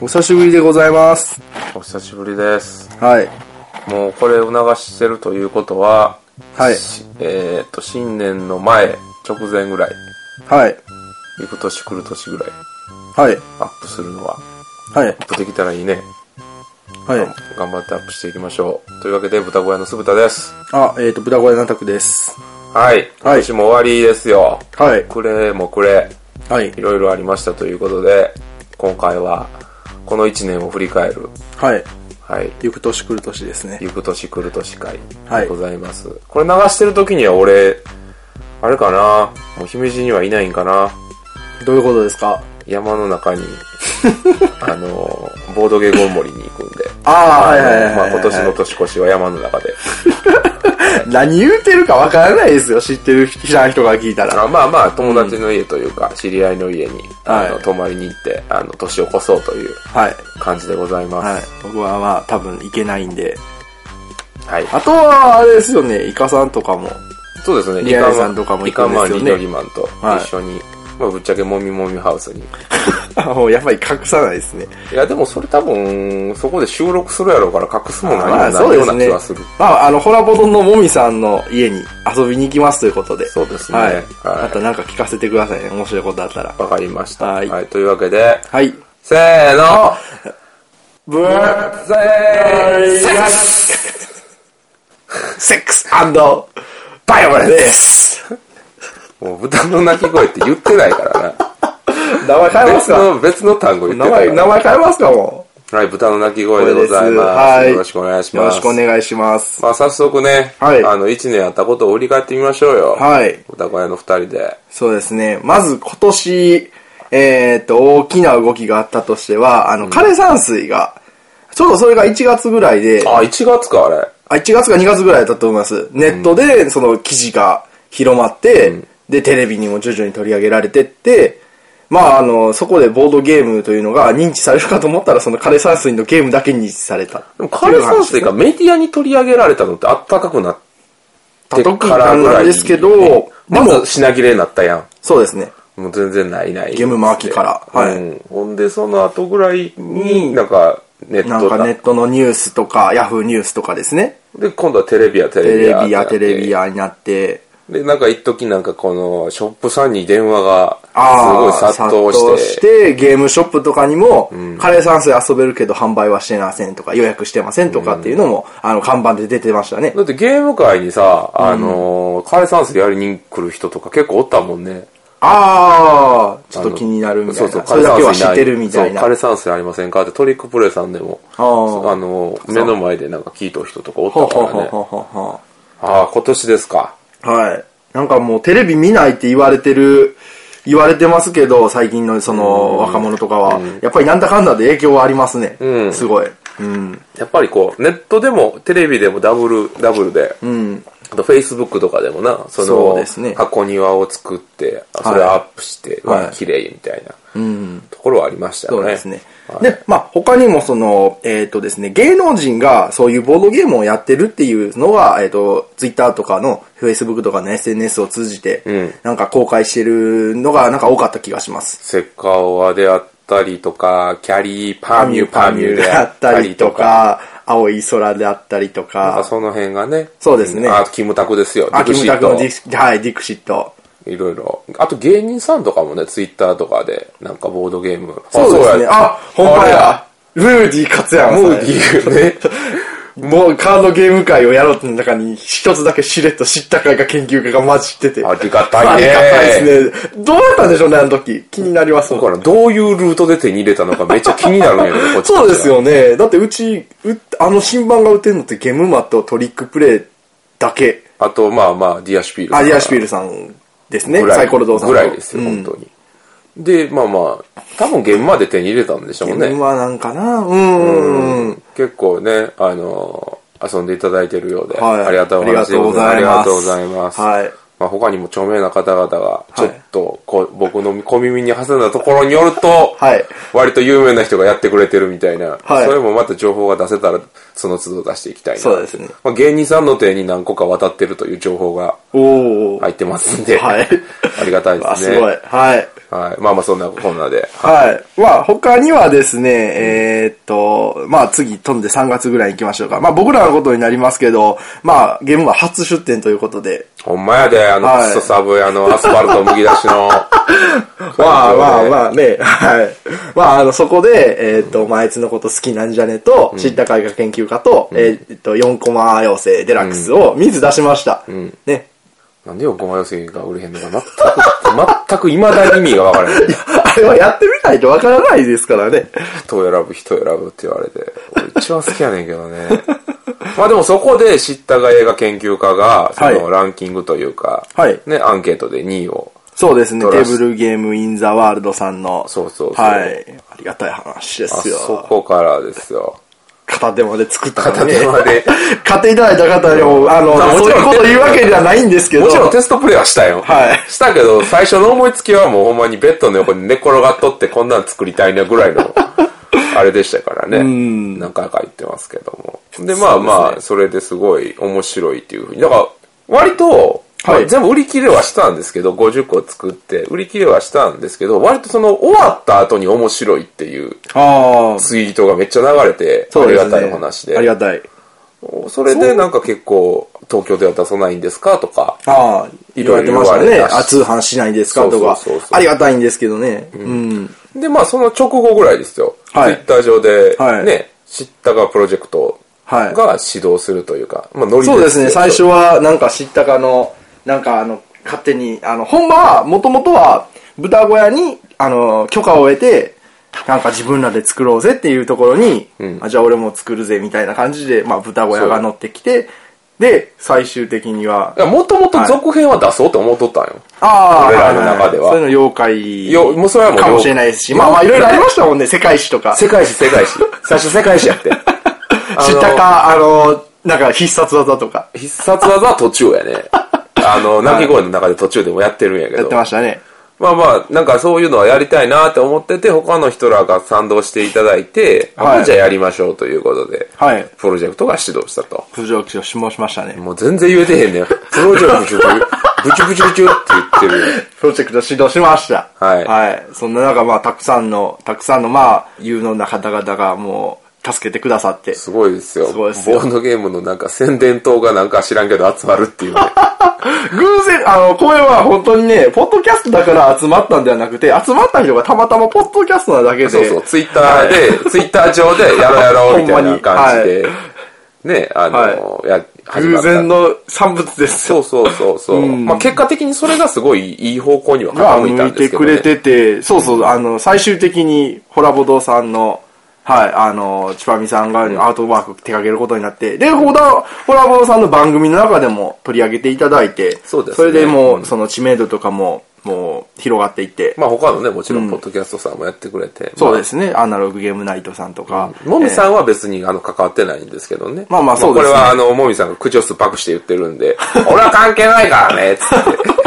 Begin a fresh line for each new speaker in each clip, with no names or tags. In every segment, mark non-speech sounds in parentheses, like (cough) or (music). お久しぶりでございます。
お久しぶりです。
はい。
もうこれを流してるということは、
はい。
しえーっと、新年の前、直前ぐらい、
はい。
行く年来る年ぐら
は
い、
い。
アップするのは、
はい
ア。ップできたらいいね。
はい。
頑張ってアップしていきましょう。というわけで、豚小屋の酢豚です。
あ、えっ、ー、と、豚小屋なたくです。
はい。今年も終わりですよ。
はい。
くれもくれ、
はい
い。ろいろありましたということで、今回は、この1年を振り返る、
はい。
はい。
ゆく年来る年ですね。
ゆく年来る年会
はい
でございます。これ流してる時には俺、あれかなもう姫路にはいないんかな
どういうことですか
山の中
(laughs)
に、あの、ボードゲーゴンモリに行くんで。
あー
のまあ今年の年越しは山の中で。
何言うてるかわからないですよ。知ってる人、知らん人が聞いたら。
あまあまあ、友達の家というか、知り合いの家に、あの、
はい
泊まりに行って、あの、年を越そうという
はい。
感じでございま
はい
す。。
僕はまあ、多分行けないんで。
はい。
あとは、あれですよね。イカさんとかも。
そうですね、
リアルさんとかも
イ
行
カ
くん
マ
です
ン、
よね
リトリマンと一緒に、まあぶっちゃけもみもみハウスに
あ、もうやっぱり隠さないですね。
いや、でもそれ多分、そこで収録するやろうから隠すもんが
ま
な
あ
い
そう
よ
で
う
す
な
ね
気がする。
まあ、あの、ホラボドンのもみさんの家に遊びに行きますということで。
そうですね。
はい。ま
は
たなんか聞かせてくださいね。面白いことあったら
い。。わかりました。
はい
はい。というわけで、
はい。
せーの
ブー
せーの
セックスセックスバイオレンスです
もう豚の鳴き声って言ってないから (laughs) な。
名前変えます
別
か
の、別の単語言って
名
ない
前、
か
名
ら。
前変えますかも
はい、豚の鳴き声でござい
これですは
ます。
い
よろしくお願いし
う。よ
ま
ろ
す。
しくお願いします。
まあ早速ね、
はい
あの、一年やったことを振り返ってみましょうよ。
はい。
豚小屋の二人で。
そうですね。まず今年、えーっと、大きな動きがあったとしては、あの、枯山水が、ちょうどそれが1月ぐらいで、
あ、1月か、あれ。
あ、1月か2月ぐらいだったと思います。ネットで、その記事が広まって、で、テレビにも徐々に取り上げられてって、まあ、あの、そこでボードゲームというのが認知されるかと思ったら、その枯山水のゲームだけ認知されたって
で
い
も
う話。
枯山水がメディアに取り上げられたのってあったかくなって
時
か
からら
ぐら
ないんですけど、で
まず
も、
品切れになったや
そうですね。
ん。もう全然ないない。
ゲームマーキーからはい
うんほんで、その後ぐらいに、
に
なんか、ネッ
なん
ト
か
だ
ネットのニュースとか、ヤフーニュースとかですね。
で、今度はテレビや
テ
テレビや。
レビやテレビ
や。
やになって、
で、なんか一時なんかこの、ショップさんに電話が、すごい
ああ、
殺到して。
てゲームショップとかにも、カレー山水遊べるけど販売はしてませんとか、予約してませんとかっていうのも、あの、看板で出てましたね。
だってゲーム界にさ、あのー、枯山水やりに来る人とか結構おったもんね。
ああ、ちょっと気になるみた
そ
いうな。そ
そ、
うれ
枯
だ
山
け
水
は知ってるみたいな。
そう枯山水ありませんかってトリックプレイさんでも、
あー
あのー、目の前でなんか聞いた人とかお
ほ
っ
う
た
ほう
から
ほう
ね
ほ。うほうほ
ああ、今年ですか。
うはい。なんかもうテレビ見ないって言われてる、言われてますけど、最近のその若者とかは、やっぱりなんだかんだで影響はありますね。
うん
すごい。うん。
やっぱりこう、ネットでも、テレビでもダブル、ダブルで、あと、フェイスブックとかでもな、その、
そうですね
箱庭を作って、あそれアップして、
はい
わあ綺麗みたいな、ところはありました
そ
よ
う
ね。
ですね。で、まあ、他にもその、えっ、とですね、芸能人がそういうボードゲームをやってるっていうのは、えっ、と、ツイッターとかの、Facebook とかの SNS を通じて、
ん
なんか公開してるのが、なんか多かった気がします。
セッカオワであったりとか、キャリーパミュパミュ
で
で
あ
あ
っ
ったた
り
り
と
とか、
か、青い空であったりと
なんか
か、
その辺がね。
そうですね
んあと、キムタクですよ。
あ、キムタクのディ
クシ
クはい、ディクシット。
ーといろいろ。あと、芸人さんとかもね、ツイッターとかで、なんかボードゲーム。
そうですね。あ、ほんま
あれ
や。ムーディー勝山さん
ム
や
ーディーね。
もうカードゲーム会をやろうって中に、一つだけしれっと知った会が研究家が混じってて。
ありがたいね
ありがたいですね。どうやったんでしょうね、あの時。気になりますも
だ
ん
からどういうルートで手に入れたのかめっちゃ気になるんやけど、
(laughs)
こっちとしては
そうです。よね。だってうち、うあの新版が打てるのってゲムマとトリックプレイだけ。
あと、まあまあ、ディアシュピール。
アディアシュピールさんですね。
ぐらい
サイコロ堂さん
ぐ
と
らいですよ、
うん
本当に。で、まあまあ、多分現場で手に入れたんでしょ
ゲ
うね
ム。マなんかな。うん。ん
結構ね、あのー遊んでいただいてるようで、
はい
ありがたいお話でございます。ありがとうございます。
はい
まあ、他にも著名な方々が、ちょっとこ、僕の小耳に挟んだところによると、
はい
割と有名な人がやってくれてるみたいな、
はい
それもまた情報が出せたら、その都度出していきたいな。
そうですね
まあ、芸人さんの手に何個か渡ってるという情報が
おー。
入ってますんで、
はい
ありがたいで
あ、
す
す
ね。
ごい。はい。
はい。まあまあそんなこんなで。
はい。まあ、他にはですね、えーっと、まあ、次飛んで3月ぐらいに行きましょうか。まあ、僕らのことになりますけど、まあ、ゲームが初出店ということで。
ほんまやで、あの
はい
クソ寒い、あのアスファルトむき出しの。
まあまあまあね、はい。まあ、あの、そこで、えーっと、まあ、あいつのこと好きなんじゃねと、知った絵画研究家と、えーっと、4コマ妖精デラックスを3つ出しました。ね。 (laughs)
なんで横浜寄せが売れへんのか (laughs) 全く、全く未だに意味がわからへん。
あれはやってみないとわからないですからね。
人を選ぶ、人を選ぶって言われて。俺一番好きやねんけどね。 (laughs) まあでもそこで知ったが映画研究家が、そ
は
の
い
ランキングというか、
はい
ね、アンケートで2位を。
そうですね、
ド
テ
ラ
ー
ス
ブルゲームインザワールドさんの。
そうそうそう
はい。ありがたい話で
あ
すよ。
そこからですよ。
片手まで作った
片
のに
手まで。
(laughs) 買っていただいた方にも、あの、
まあも
そう
ちろん
いうこと言うわけではないんですけど、
もちろんテストプレイはしたよ。
はい
したけど、最初の思いつきはもうほんまにベッドの横に寝転がっとってこんなん作りたいなぐら
(laughs)
いの、あれでしたからね。何回か言ってますけども。で、まあまあ、それですごい面白いっていうふうに。だから、割と、
はい
まあ全部売り切れはしたんですけど、50個作って、売り切れはしたんですけど、割とその終わった後に面白いっていう
ああ、
ツイートがめっちゃ流れて、ありがたいお話で。
ありがたい。
それでなんか結構、東京では出さないんですかとか、
ああ、言われてました
いろい
ね。
ろ言われたし
あ、通販しないんですかとか
そうそうそうそう。
ありがたいんですけどね。うん。
で、まあ、その直後ぐらいですよ。
はい
ツイッター上で、
はい
ね、知ったがプロジェクト
はい
が指導するというか、まあ、ノリ
そうですね、最初
は。
はなんか知ったかの、なんかあの、勝手に、あの、ほんまは、もともとは、豚小屋に、あの、許可を得て、なんか自分らで作ろうぜっていうところに、あじゃあ俺も作るぜみたいな感じで、まあ豚小屋が乗ってきて、で、最終的には、
もともと続編は出そうと思っとったんよ。
ああ、
俺らの中では
そういうの妖怪
よもうそれはもう
かもしれないですし、まあまあいろいろありましたもんね、世界史とか。
世界史、世界史。最初世界史やって。 (laughs) あ
知
の
ったか、あの、なんか必殺技とか、
必殺技は途中やね。あの、鳴き声の中で途中でもやってるんやけ
やっ
ど
て。ましたね。
まあまあ、なんかそういうのはやりたいなって思ってて、他の人らが賛同していただいて、あ
はい
もうじゃあやりましょうということで、
はい
プロジェクトが始動したと。
プロジェクトをしましたね。
もう全然言えてへんねん。プロジェクトブチュブチュブチュブチュって言ってるよ。
プロジェクト指導しました。
はい
そんな中、まあ、たくさんの、たくさんの、まあ、有能な方々が、もう、助けてくださって。
すごいですよ。
すごいですよ
ボードゲームのなんか宣伝塔がなんか知らんけど集まる
(laughs)
っていうね。
偶然、あの、これは本当にね、ポッドキャストだから集まったんではなくて、集まった人がたまたまポッドキャストなだけで。
そうそう、ツイッターで、ツイッター上でやろうやろうみたいな感じで、ね、あの、や、始
偶
まった。
然の産物ですよ。
そうそうそうそう。まあ結果的にそれがすごいいい方向には
が
傾いた
向い
んで
て
すけ
く
ど、ね。
れてて、そうそう、あの、最終的に、ホラボドさんの、はい、あの、チパミさんがアートワーク手掛けることになって、で、ホラホラボドさんの番組の中でも取り上げていただいて、
そうですね
れでもう、その知名度とかも、もう、広がっていって、
まあ他のね、もちろん、ポッドキャストさんもやってくれて。
そうですね、アナログゲームナイトさんとか、
もみさんは別にあの関わってないんですけどね。
まあまあそうですね
これはあの、もみさんが口を酸っぱくして言ってるん
(laughs)
で、俺は関係ないからね、つって。 (laughs)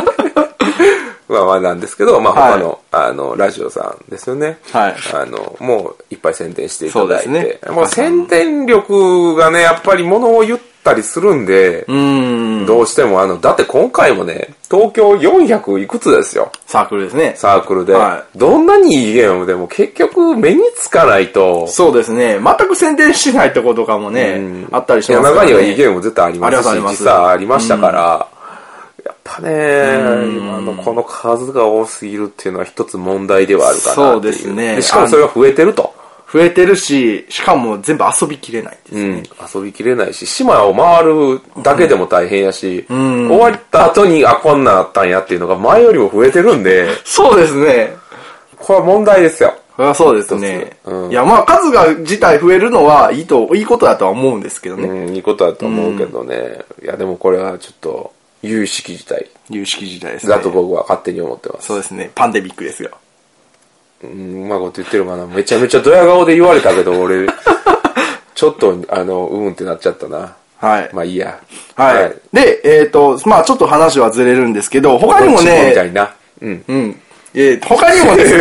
まあまあなんですけど、まあ他の、あの、ラジオさんですよね。
はい
あの、もういっぱい宣伝していただいて。
そうですね
もう宣伝力がね、やっぱりものを言ったりするんで、
えーうーん、
どうしてもあの、だって今回もね、東京400いくつですよ。
サークルですね。
サークルで、
は
どんなにいいゲームでも結局目につかないと、
そうですね、全く宣伝してないとことかもね、あったりし
いや、
ますから、ね。
中にはいいゲームも絶対ありますし、
ありますあります
実際ありましたから、やっぱね、今のこの数が多すぎるっていうのは一つ問題ではあるかなっていう。
そうですね
しかもそれが増えてると。
増えてるし、しかも全部遊びきれないですね。
うん、遊びきれないし、島を回るだけでも大変やし、終わった後に、あ、こんなんあったんやっていうのが前よりも増えてるん
(laughs)
で、
そうですね。
これは問題ですよ。
それはそうですね。
うん
いや、まあ、数が自体増えるのはいいと、いいことだとは思うんですけどね。
うん、いいことだと思うけどね。いや、でもこれはちょっと、有意識事態
有識時代ですね。
だと僕は勝手に思ってます。
そうですね。パンデミックですよ。
うんうまいこと言ってるかな。めちゃめちゃドヤ顔で言われたけど、
(laughs)
俺、ちょっと、あの、うんってなっちゃったな。
はい。
まあいいや。
はい。で、えっ、と、まあ、ちょっと話はずれるんですけど、他にも
チンコみた
ね、
いな。うん。
うん。えー他にもです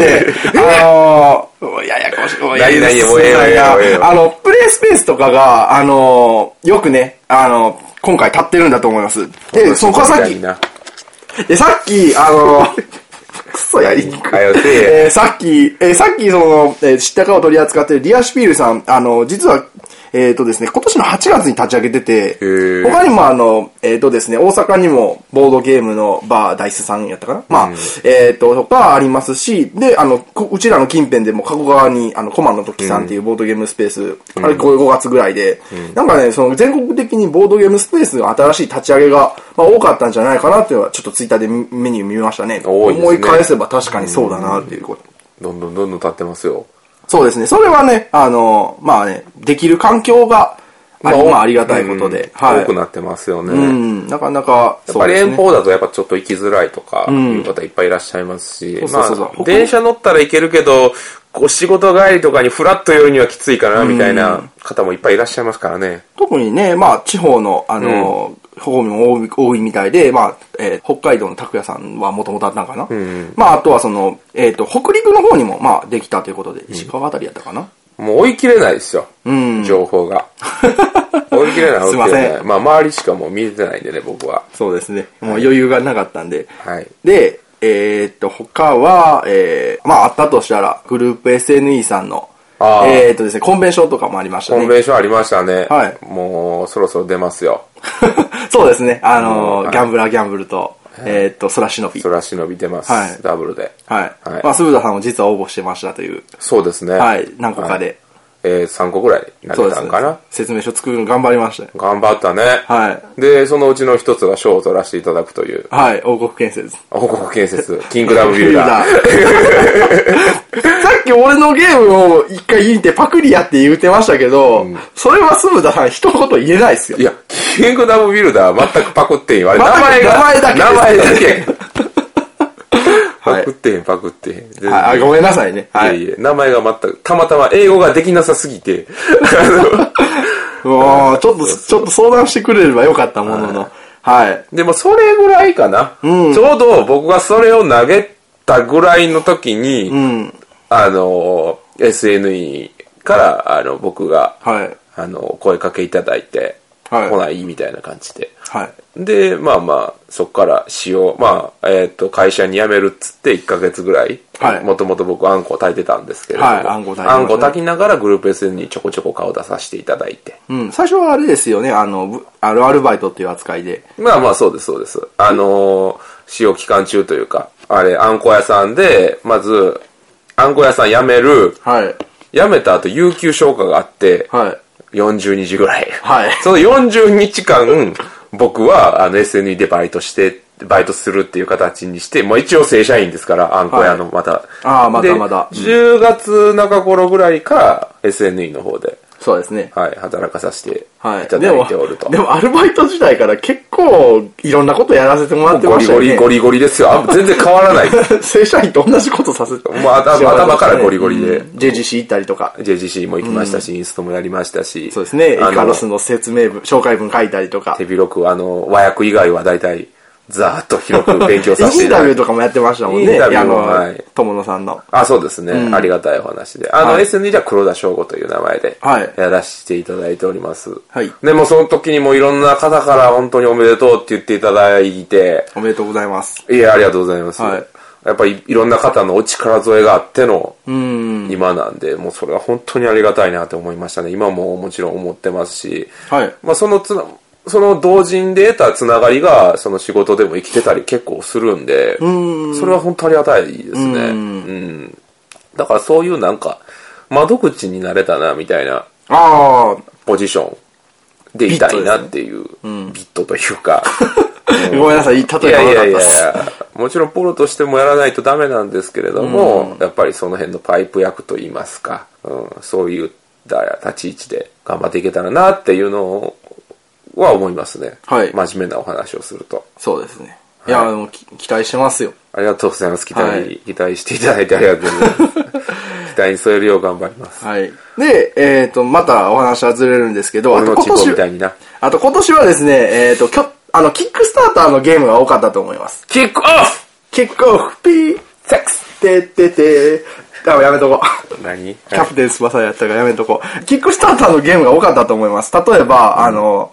(laughs) ね、あのー、ややこしい。もうややこしい
何々もうええわええわええわ
あの、プレイスペースとかが、あのーよくね、あの今回立ってるんだと思います。で、そこはさっ
チンコみたい
き、
な
で、さっき、あの、 (laughs) クソやりにくい。
はよせ
えーさっき、えーさっきその、えー知ったかを取り扱っているリアシュピールさん、あの、実は、えっ、とですね、今年の8月に立ち上げてて
ー、
他にもあの、えっ、とですね、大阪にもボードゲームのバー、ダイスさんやったかなまあ、えっ、と、とかありますし、で、あの、こうちらの近辺でも加古川に、あの、コマの時さんっていうボードゲームスペース、あれこれ5月ぐらいで、なんかね、その全国的にボードゲームスペースの新しい立ち上げが、まあ、多かったんじゃないかなっていうのは、ちょっとツイッターで見メニュー見ましたね。
多いですね
思い返せば確かにそうだなっていうこと。
どんどんどんどん立ってますよ。
そうですね。それはね、あの、まあね、できる環境が、ありまあ、ありがたいことで、
うん
はい。
多くなってますよね。
うん、なかなか、
やっ
そ
ぱり
うです
遠
ね
方だとやっぱちょっと行きづらいとかいう方いっぱいいらっしゃいますし、
そうそう
ま
そうそう
あ、電車乗ったらいけるけど、こう仕事帰りとかにフラッと寄るにはきついかなみたいな方もいっぱいいらっしゃいますからね。
特にね、まあ、地方の、あの、方面も多い多いみたいで、まあ、えー北海道の拓也さんはもともとあったのかな。まあ、あとはその、えっ、と、北陸の方にも、まあ、できたということで、石川あたりやったかな。
もう追い切れないですよ。情報が。 (laughs) 追い切れない、追
す
い
い
切
ま
れ
せん
ない。まあ、周りしかもう見えてないんでね、僕は。
そうですね。もう余裕がなかったんで。
はい。
で、えーっと、他は、えー、まあ、あったとしたら、グループ SNE さんの、
あー
えーっとですね、コンベンションとかもありました
コンベ
ね。
ンションありましたね。
はい
もう、そろそろ出ますよ。
(laughs) そうですね、あのー
はい
ギャンブラーギャンブルと、えーっと、空忍び。
そら忍び出ます。
はい
ダブルで。
はい。
はい
まあ、鈴田さんも実は応募してましたという、
そうですね。
はい、何個かで。
えー、3個ぐらい投
そう
げ
で
た
す
ん
ね
かな。。
説明書作るの頑張りましたね。
頑張ったね。
はい。
で、そのうちの一つが賞を取らせていただくという、
はい、王国建設。
王国
(laughs)
建設、キングダムビルダー。
ビルダー (laughs) さっき俺のゲームを一回言ってパクリやって言うてましたけど、それは鈴田さん一言言えないですよ
い。や、キングダムビルダー全くパクってへんよ。あれ、名前が、
全く名前だけ (laughs)
名前だけパクってへん、パクってへん。で
あ、あごめんなさいね。はいい。
やいや名前が全く、たまたま英語ができなさすぎて、
もう、ちょっと、ちょっと相談してくれればよかったものの。はい。
でもそれぐらいかな、ちょうど僕がそれを投げたぐらいの時に、あの、SNE から、あの、僕が、
はい。
あの、お声かけいただいて、
はい
来ないみたいな感じで。
はい。
で、まあまあ、そこから使用、まあ、えっ、と、会社に辞めるっつって1ヶ月ぐらい、
はい
もともと僕あんこを炊いてたんですけれども、
はいあんこ炊いてました
あ
ね
んこ炊きながらグループ SN にちょこちょこ顔出させていただいて。
うん。最初はあれですよね、あの、ぶあのアルバイトっていう扱いで。
まあまあ、そうです、そうです。あのー使用期間中というか、あれ、あんこ屋さんで、まず、あんこ屋さん辞める、
はい。
辞めた後、有給消化があって、
はい。
40日ぐらい。
はい
(laughs) その40日間、僕は、あの、SNE でバイトして、バイトするっていう形にして、まあ一応正社員ですから、あんこ屋のまた。
ああまだ
で
まだうん
10月中頃ぐらいから、SNE の方で、
そうですね。
はい、働かさせて
はい。
いただいておると。
でも、でもアルバイト時代から結構いろんなことやらせてもらって
ゴ
ま
リ
した
ゴ
よね。
リ、ゴ
リ
リゴリですよ。あ全然変わらない。
ゴリ。 (laughs) 正社員と同じことさせて。
もう頭頭からゴリゴリで
うん JGC 行ったりとか。
JGC も行きましたし、インストもやりましたし。
そうですね。イ
あの
カロスの説明文、紹介文書いたりとか
手。広く、あの、和訳以外は大体、ざーっと広く勉強させ
イ
て
ン
い
タ
ただ
ビュ
い
ー
て。
とかもやってましたもん
イン
ね。
タビュー
あの、
もはい
友野さんの。
あ、そうですね、ありがたいお話で。あの、
はい
SNE では黒田翔吾という名前で、
はい
やらせていただいております。
はい
でも、その時にもいろんな方から本当におめでとうって言っていただいて、
おめでとうございます。
いや、ありがとうございます。
はい
やっぱりいろんな方のお力添えがあっての今なんで、もうそれは本当にありがたいなと思いましたね。今ももちろん思ってますし、
はい
まあそのつな、その同人で得たつながりが、その仕事でも生きてたり結構するんで、それは本当ありがたいですね。うんだからそういうなんか、窓口になれたなみたいな
ああ、
ポジションでいたいなっていう、ビットというか、
(laughs) ごめんなさい、例えば悪かっ
いやいやい
た
や
っ
い
す。
や、もちろんプロとしてもやらないとダメなんですけれども、やっぱりその辺のパイプ役といいますか、うん、そういった立ち位置で頑張っていけたらなっていうのは思いますね。
はい
真面目なお話をすると。
そうですね。いや、でもき期待してますよ。
ありがとうございます。期待、
はい
期待していただいてありがとうござ
(laughs)
います。期待に添えるよう頑張ります。
はい。で、えっ、と、またお話はずれるんですけど、あ
俺
と
の
今
チンコみたい
年、
にな。
あと今年はですね、えっ、と、きょあの、キックスターターのゲームが多かったと思います。
キックオフ
キックオフ、ピー、セックス、てっててあ、やめとこう。
何
キャプテン翼やったからやめとこう。キックスターターのゲームが多かったと思います。例えば、あの、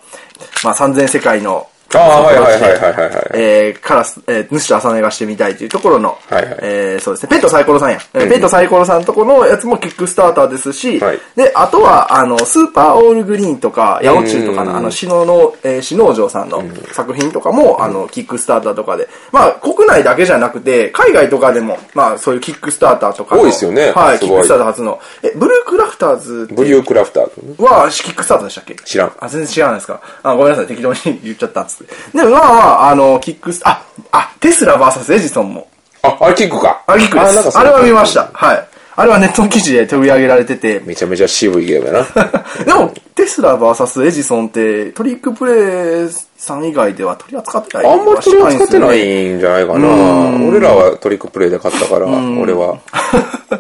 まあ、3000世界の
ああ、はいはいはいはいはいはい。
えー、からす、えー、主と朝寝がしてみたいというところの、
はいはい
えーそうですね、ペットサイコロさんや。えーペットサイコロさんとこのやつもキックスターターですし、
はい
で、あとは、あの、スーパーオールグリーンとか、八百中とかの、あの、篠の、えー、篠城さんの作品とかも、あの、キックスターターとかで、まあ、国内だけじゃなくて、海外とかでも、まあ、そういうキックスターターとかの
多いですよね
はい、
す
キ
ごい
ックスターター初の。え、ブルークラフターズ
ブリュークラフターズね。
は、キックスターターでしたっけ
知らん
あ、全然知らないですか。あ、ごめんなさい、適当に言っちゃったんです。でもまあまあ、あの、キックス、あ、あ、テスラ VS エジソンも。
あ、あれキックか。
あ、キックで
あなんか
す。
そ
あ
う
れは見ました。はい。あれはネットの記事で取り上げられてて。 (laughs)
めちゃめちゃ渋いゲームやな。
でも、テスラ VS エジソンって、トリックプレイさん以外では取り扱ってない
あんまり取り扱って
はしで
な
すよね
いんじゃないかな。俺らはトリックプレイで買ったから、俺は。
(laughs)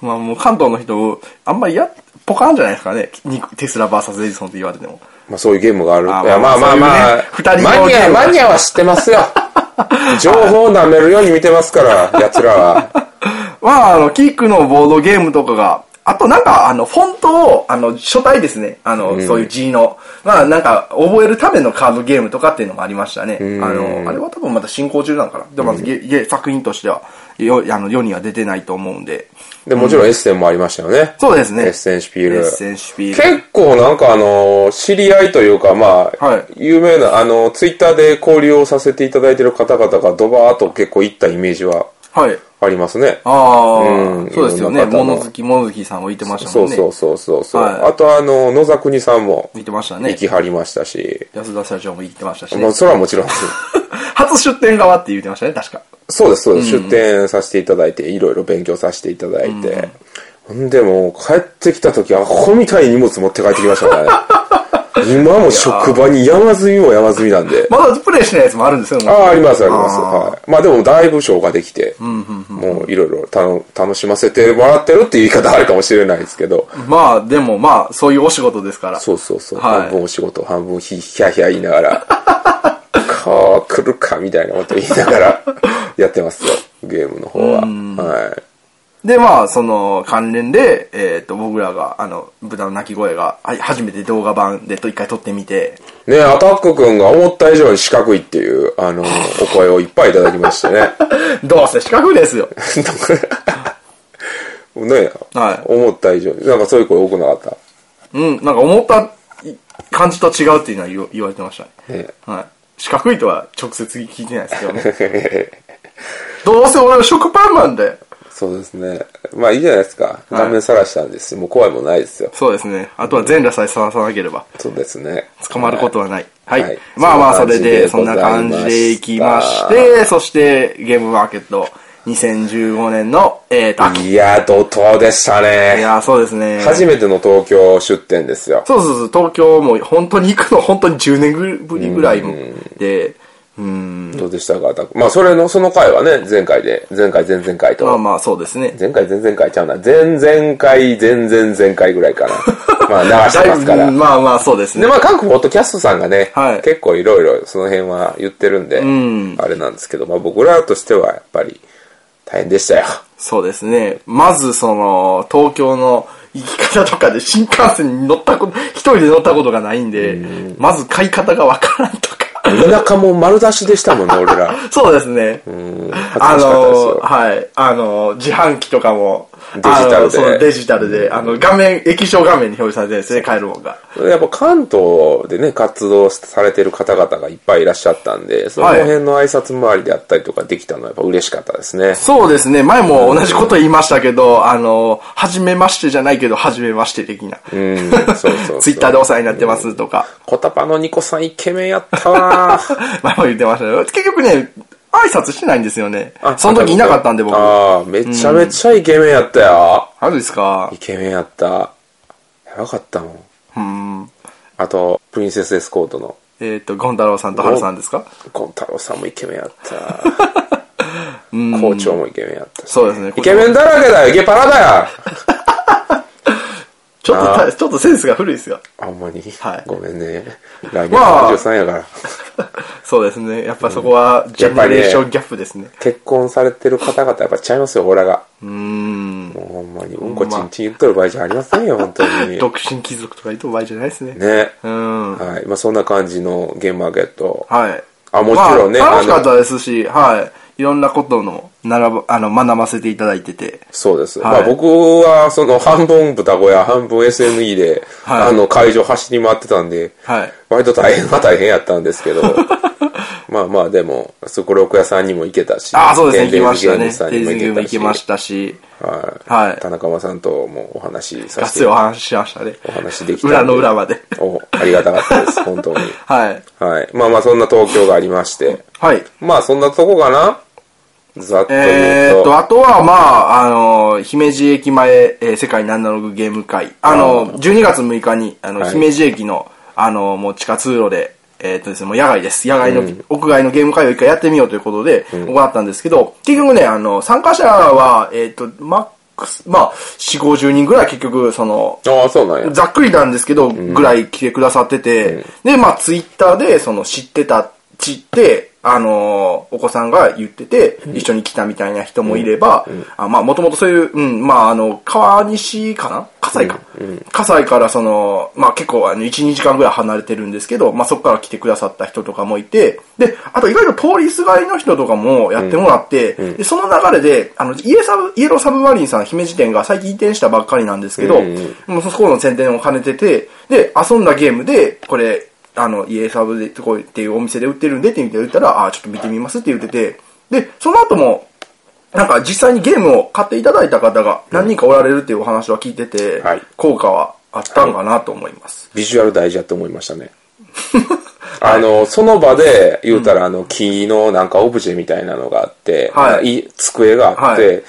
まあもう関東の人、あんまりや、ポカンじゃないですかね。にテスラ VS エジソンって言われても。
まあそういうゲームがある。い
あ
やまあまあま
そ
あ、
ういうね二人
マ
用
ニ
ゲー
ア、
ム
マニアは知っ
(laughs)
てますよ。情報を舐めるように見てますから、奴らは。
(laughs) まあ、あの、キックのボードゲームとかが、あとなんか、あの、フォントを、あの、書体ですね。あの、そういう G の。まあ、なんか、覚えるためのカードゲームとかっていうのもありましたね。あの、あれは多分まだ進行中なのかな。でも、まずゲゲ作品としては、よ、あの、世には出てないと思うんで。
で、もちろんエッセンもありましたよね。
そうですね。
エッセンシュピー
エ
ル。
ッセンシュピール。
結構なんかあの、知り合いというか、まあ、
はい
有名な、あの、ツイッターで交流をさせていただいてる方々がドバーっと結構行ったイメージは
はい。
ありますね。
ああ、
うん
そうですよ
い
ね。
ろんな方の
物好き、物好きさんもいてました
そ
もん
う
ね。
そうそうそうそう。
はい
あとあの、野沢国さんも
いてました
行
ね。
きはりましたし、
安田社長も言ってましたし
ま
ね
あ、。それはもち (laughs) ろんです。
(laughs) 初出店側って言ってましたね、確か。
そうです、そうです。出店させていただいて、いろいろ勉強させていただいて。ほんでもう、帰ってきた時は、アホみたいに荷物持って帰ってきました (laughs) ね。今も職場に山積みも山積みなんで。
まだプレイしないやつもあるんですよ、もう
ああ、あります、あります。はい。まあでも、だいぶ消化できて、もういろいろ楽楽しませてもらってるっていう言い方あるかもしれないですけど、
まあでもまあそういうお仕事ですから。
そうそうそう。
はい
半分お仕事、半分ひ、ひゃひゃ言いながら、 (laughs) こう来るかみたいなこと言いながら、 (laughs) やってますよ、ゲームの方は。はい。
でまあその関連で、えっと僕らがあの豚の鳴き声がはい初めて動画版でと一回撮ってみて、 (laughs)
ねアタック君が思った以上に四角いっていう、あの、お声をいっぱいいただきましてね。 (laughs)
どうせ四角ですよ。
ね、
はい
思った以上に。なんかそういう声多くなかっ
うん、なんか思った感じと違うっていうのは言わ言われてましたね。
た。ね、
はい。四角いとは直接聞いてないですけどね。
(laughs)
どうせ俺は食パンマンで。
そうですね。まあいいじゃないですか。画面晒したんです。もう怖いもんないですよ。
そうですね。あとは全裸さえ探さなければ
そうですね。
捕まることはない。はい。
はい
まあまあ、
そ
そ
んな
れ
感じで
で、そんな感じでいきまし
ござ
て、そして、ゲームマーケット2015年の、えーと、秋。い
いや、怒涛でしたね。
やー、そうですね。
初めての東京出店ですよ。
そうそうそう、東京も本当に行くの、本当に10年ぶりぐらいも。で、うん、
どうでしたかアタックまあそれの、その回はね、前回で、前回、前々回と。
まあまあ、そうですね。
前回、前々回ちゃうな。前々回、前々前回ぐらい
(laughs)
かな。まあ流してますか
だい
ら。
ぶまあまあ、そうです
で、
ね。
まあ各ポッドキャストさんがね、
はい
結構いろいろその辺は言ってるんで、あれなんですけど、まあ僕らとしてはやっぱり大変でしたよ。
そうですね。まず、その、東京の行き方とかで新幹線に乗ったこと、一人で乗ったことがないんで、まず買い方がわからんとか。
田舎も丸出しでしたもんね、俺ら。
そうですね。
うん
あ
恥ずかしかったです
の
よ。
はい。あの自販機とかも、
デジタルで
あのそのデジタルで、あの、画面、液晶画面に表示されてるんですね、帰るもんが。
やっぱ関東でね、活動されてる方々がいっぱいいらっしゃったんで、その辺の挨拶回りであったりとかできたのはやっぱ嬉しかったですね。
そうですね、前も同じこと言いましたけど、あの、初めましてじゃないけど、初めまして的な。
うん、そうそうそう。
ツイッターでお世話になってますとか、
コタパのニコさんイケメンやったわ
(laughs) 前も言ってましたけど、結局ね、挨拶してないんですよね。その時いなかったんで、僕。あ
ああ、めちゃめちゃイケメンやったよ。
るですか
イケメンやった。やばかったもん。
うん。
あと、プリンセスエスコートの
えっ、と、ゴン太郎さんとハルさんですか
ゴン太郎さんもイケメンや
(laughs)
った。校長もイケメンやったし。
そうですね。
イケメンだらけだよ、イケパラだよ
ちょっとた、ちょっとセンスが古いですよ。
あんまり、
はい
ごめんね。来年
まあ
33やから。
そうですね。やっぱそこは、ジェネレーションギャップですね。
結婚されてる方々やっぱちゃいますよ、オーラが。
うーん。
ももうほんまに、うんこちんちん言っとる場合じゃありませんよ、本当に。
独身貴族とか言っても場合じゃないですね。
ね。
うん。は
はい。まあそんな感じのゲームマーケット。
い。
あもちろんね
まあ楽しか
あ
っ
の
たですし、はい。いろんなことの、ならば、あの、学ばせていただいてて。
そうです。
はい
まあ僕は、その、半分豚小屋、半分 SNE で、
はい
あの、会場走り回ってたんで、
はい
割と大変は大変やったんですけど、
(laughs)
まあまあでも、スクローク屋さんにも行けたし、
ああ、そうですね。行きました
天然
ね。
ゲームさん
テ
に
イ
も
ズングも
行
行
け
き
た
ま
し、
したし、
はい
はい
田中間さんともお話しさ
ガッ
せ
ツ
て
リお話ししましたね。
お話できたんで
裏の裏まで。
お、ありがたかった
(laughs)
です、本当に。
はい。
はい。まあまあ、そんな東京がありまして。
はい。
まあ、そんなとこかなざっと
え
言
ー、
う
っ
と。
と、あとは、まあ、あの、姫路駅前、えー世界アナログゲーム会。あの、12月6日に、あの、
はい
姫路駅の、あの、もう地下通路で、えーっとですね、もう野外です。野外の、屋外のゲーム会を一回やってみようということで、行ったんですけど、結局ね、あの、参加者は、えーっと、マックス、まあ、4、50人ぐらい結局、その、
ああ、そうなんや。
ざっくりなんですけど、ぐらい来てくださってて、で、まあ、ツイッターで、その、知ってた、知って、あのーお子さんが言ってて、一緒に来たみたいな人もいれば、あまあ、もともとそういう、うん、まあ、あの、川西かな葛西か。葛西から、その、まあ、結構、あの、1、2時間ぐらい離れてるんですけど、まあ、そこから来てくださった人とかもいて、で、あと、意外と通りすがりの人とかもやってもらって、でその流れで、あの、イエサブ、イエローサブマリンさん、姫路店が最近移転したばっかりなんですけど、
うんうん
もうそこの宣伝を兼ねてて、で、遊んだゲームで、これ、あの、家サブで、こうっていうお店で売ってるんでって言って言ったら、あー、ちょっと見てみますって言ってて、で、その後も、なんか実際にゲームを買っていただいた方が何人かおられるっていうお話は聞いてて、
はい
効果はあったんかなと思います。
ビジュアル大事だと思い
(laughs)
ましたね。あの、その場で、言うたら、あの、木のなんかオブジェみたいなのがあって、
はい
い机があって、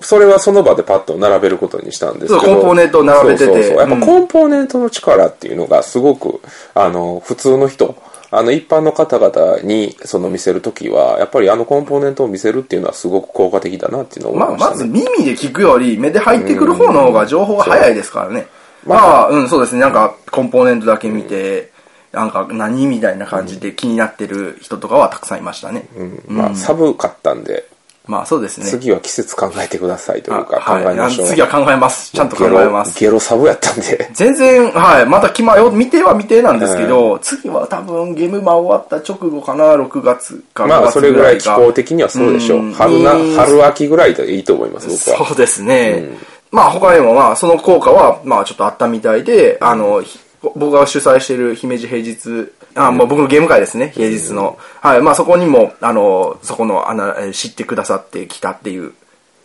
それはその場でパッと並べることにしたんですけど。
そうコンポーネントを並べてて
そうそうそうやっ
う
ぱ
ん
コンポーネントの力っていうのがすごく、あの、普通の人、あの、一般の方々に、その見せるときは、やっぱりあのコンポーネントを見せるっていうのはすごく効果的だなっていうのを思い
まあ、
ました
ま
ね。
ず耳で聞くより目で入ってくる方の方が情報が早いですからね。まあ、うん、そうですね。なんか、コンポーネントだけ見て、なんか、何みたいな感じで気になってる人とかはたくさんいましたね。
うんまあ、寒かったんで、
まあ、そうですね。
次は季節考えてくださいというか、考
はい
えましょう。
次は考えます。ちゃんと考えます。
ゲロゲロサブやったんで。
全然、はい、また決まよ、未定は未定なんですけど、次は多分ゲームマ終わった直後かな、6月か5月
まあ、それぐらい気
が
候的にはそうでしょ
う
う。
ん
春な
うん、
春秋ぐらいでいいと思います、僕は。
そうですね。まあ他にもまあその効果はまあちょっとあったみたいで、あの、ひ僕が主催している姫路平日、あ、まあ僕のゲーム会ですね、平日の。はい、まあそこにも、あの、そこの、あの、えー知ってくださってきたっていう。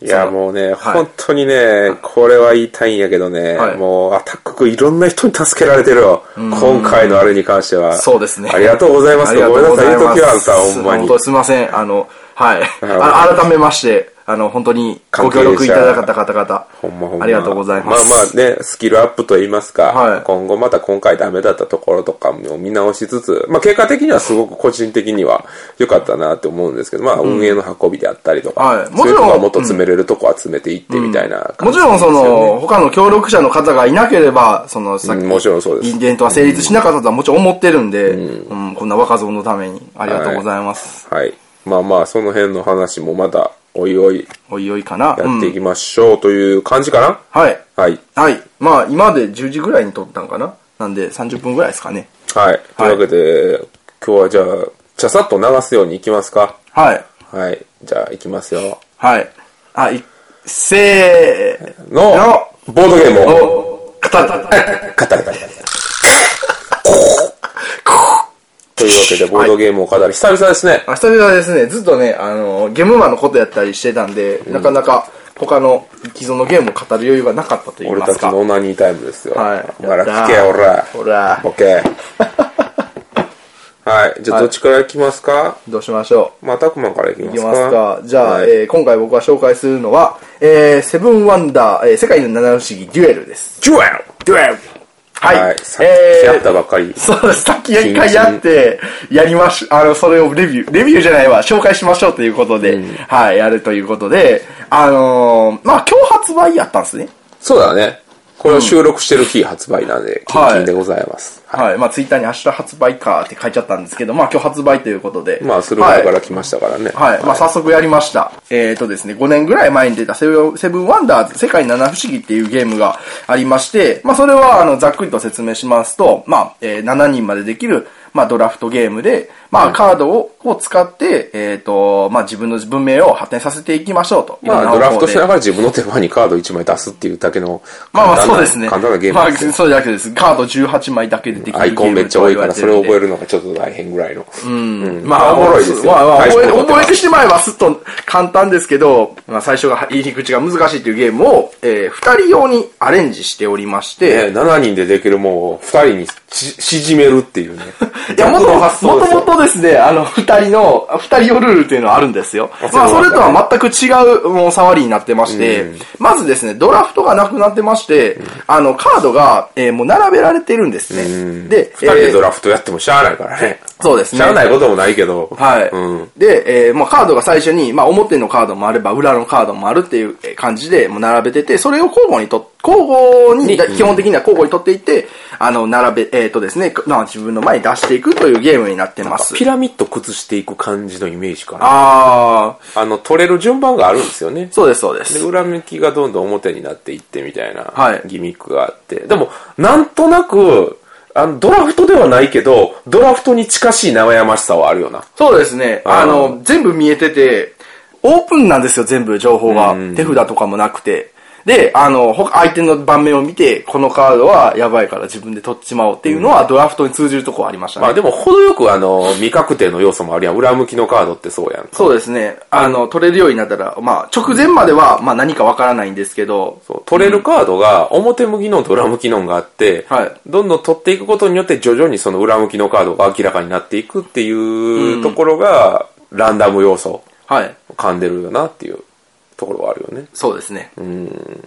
いや、
その
もうね、
はい
本当にね、これは言いたいんやけどね
はい、
もう、アタック君いろんな人に助けられてるよ。今回のあれに関しては。
そうですね
ありがとうございま
あ
す。
りがと
ご
う
めんな
ご
さ
ざ
い、い
い
い
ま
時
す。
はあんた、ほんま
本
に
当。すいません。あの、はい。
あ
あ改めまして、あの、本当にご協力いただいた方々、
ほんまほんま。
ありがとうございます。
まあまあね、スキルアップといいますか、
はい
今後また今回ダメだったところとかも見直しつつ、まあ結果的にはすごく個人的には良かったなって思うんですけど、まあ運営の運びであったりと
は
か
い、も
そう
ちろん
いうとこはもっと詰めれるとこ集めていってみたいな
も
感
ち
じ
ろん、その、他の協力者の方がいなければ、その、さっき、
うんもちろんそうです
イベントは成立しなかったとはもちろん思ってるんで、うん、こんな若造のために、ありがとうございます。
はい。まあまあその辺の話もまたおいおい
おいおいかな。
やって
う
い
ん
きましょうという感じかな、
はい。
はい。
はい。まあ、今まで10時ぐらいに撮ったんかな。なんで、30分ぐらいですかね。
はい。というわけで、今日はじゃあ、ちゃさっと流すようにいきますか。
はい。
はい。じゃあ、いきますよ。
はい。あ、い、せー
の、
の
ボードゲームを。
の、かたた。
というわけで、ボードゲームを語り、久々ですね。
あ、久々ですね、ずっとね、あの、ゲームマンのことやったりしてたんで、なかなか他の既存のゲームを語る余裕がなかったと言い
俺
ま
た
す
ち
か。
のオナニータイムですよ。
はい
お前ら
やったー
聞け、おら。
ほら
ボケ。はい。じゃあ、どっちから行きますか
どうしましょ
まあ、タクマンから行きま
うい
す
き
か
ますか。じゃあ、
はい
えー今回僕が紹介するのは、えーセブンワンダー、えー世界の七不思議、デュエルです。
ジュエル
デュエルはい。
はい。さっきや
え
っ
ー
たばかり。
そうです。さっき一回やって、やりまし、あの、それをレビュー、レビューじゃないわ、紹介しましょうということで、はい、やるということで、あのーまあ、今日発売やったんですね。
そうだね。これを収録してる日発売なんで、キンキンでございます。はい
はい。まあ、ツイッターに明日発売かって書いちゃったんですけど、まあ、今日発売ということで。
まあ、それ
は
前
い
から来ましたからね。
はい。まあ、早速やりました。えっ、とですね、5年ぐらい前に出たセブンセブンワンダーズ、世界七不思議っていうゲームがありまして、まあ、それは、あの、ざっくりと説明しますと、まあ、えー7人までできる、まあ、ドラフトゲームで、まあ、カードをを使って、えっ、と、まあ、自分の文明を発展させていきましょうと。い
ま
ろんな
あ、
方
ドラフ
法
ト
で
しながら自分の手番にカード1枚出すっていうだけの
まあまあ
簡単な
そうですね。
簡単なゲー
ま
ム
あ
ですよ
そうだけです。カード18枚だけでできるゲーム
アイコンめっちゃ多いから、それを覚え
る。
るのがちょっと大変ぐらいの。うん
まあ、
おもろいですよ。
まあまあ
大した
覚え
こと
覚
ない
えてしまえばすっと簡単ですけど、まあ最初が入り口が難しいというゲームを、えー二人用にアレンジしておりまして、。
ね、7人でできるもんを2人にし縮めるっていうね
いや、もと
逆の
も
発想です
と
よ
もとですね、あの、二人の、二人用ルールっていうのはあるんですよ。まあ、それとは全く違う、もう、触りになってまして、まずですね、ドラフトがなくなってまして、あの、カードが、えーもう並べられてるんですね。で、
二人
え
で
ー
ドラフトやってもしゃあないからね。
そうですね
しゃあないこともないけど。
はい。
うん。
で、えーまあカードが最初に、まあ表のカードもあれば、裏のカードもあるっていうえー感じで、もう並べてて、それを交互にと、交互に、だ基本的には交互に取っていって、あの、並べ、えっ、とですね、まあ自分の前に出していくというゲームになってます。
ピラミッド崩していく感じのイメージかな。あ
あー、
の、取れる順番があるんですよね。
そうです、そうで
で、
す。
裏向きがどんどん表になっていってみたいな
はい
ギミックがあって。でも、なんとなく、あの、ドラフトではないけど、ドラフトに近しい生々しさはあるよな。
そうですね。あ
あ
の、全部見えてて、オープンなんですよ、全部情報が。手札とかもなくて。で、あの、ほ相手の盤面を見て、このカードはやばいから自分で取ってしまおうっていうのは、ドラフトに通じるとこはありましたね
まあ。でも、程よくあの、未確定の要素もあるやん。裏向きのカードってそうやん。
そうですね。あの、取れるようになったら、まあ、直前までは、まあ何かわからないんですけど、
そう取れるカードが表向きのと裏向きのがあって、
はい
どんどん取っていくことによって徐々にその裏向きのカードが明らかになっていくっていうところが、ランダム要素
はい。
を噛んでるよなっていうところはあるよね。
そうですね。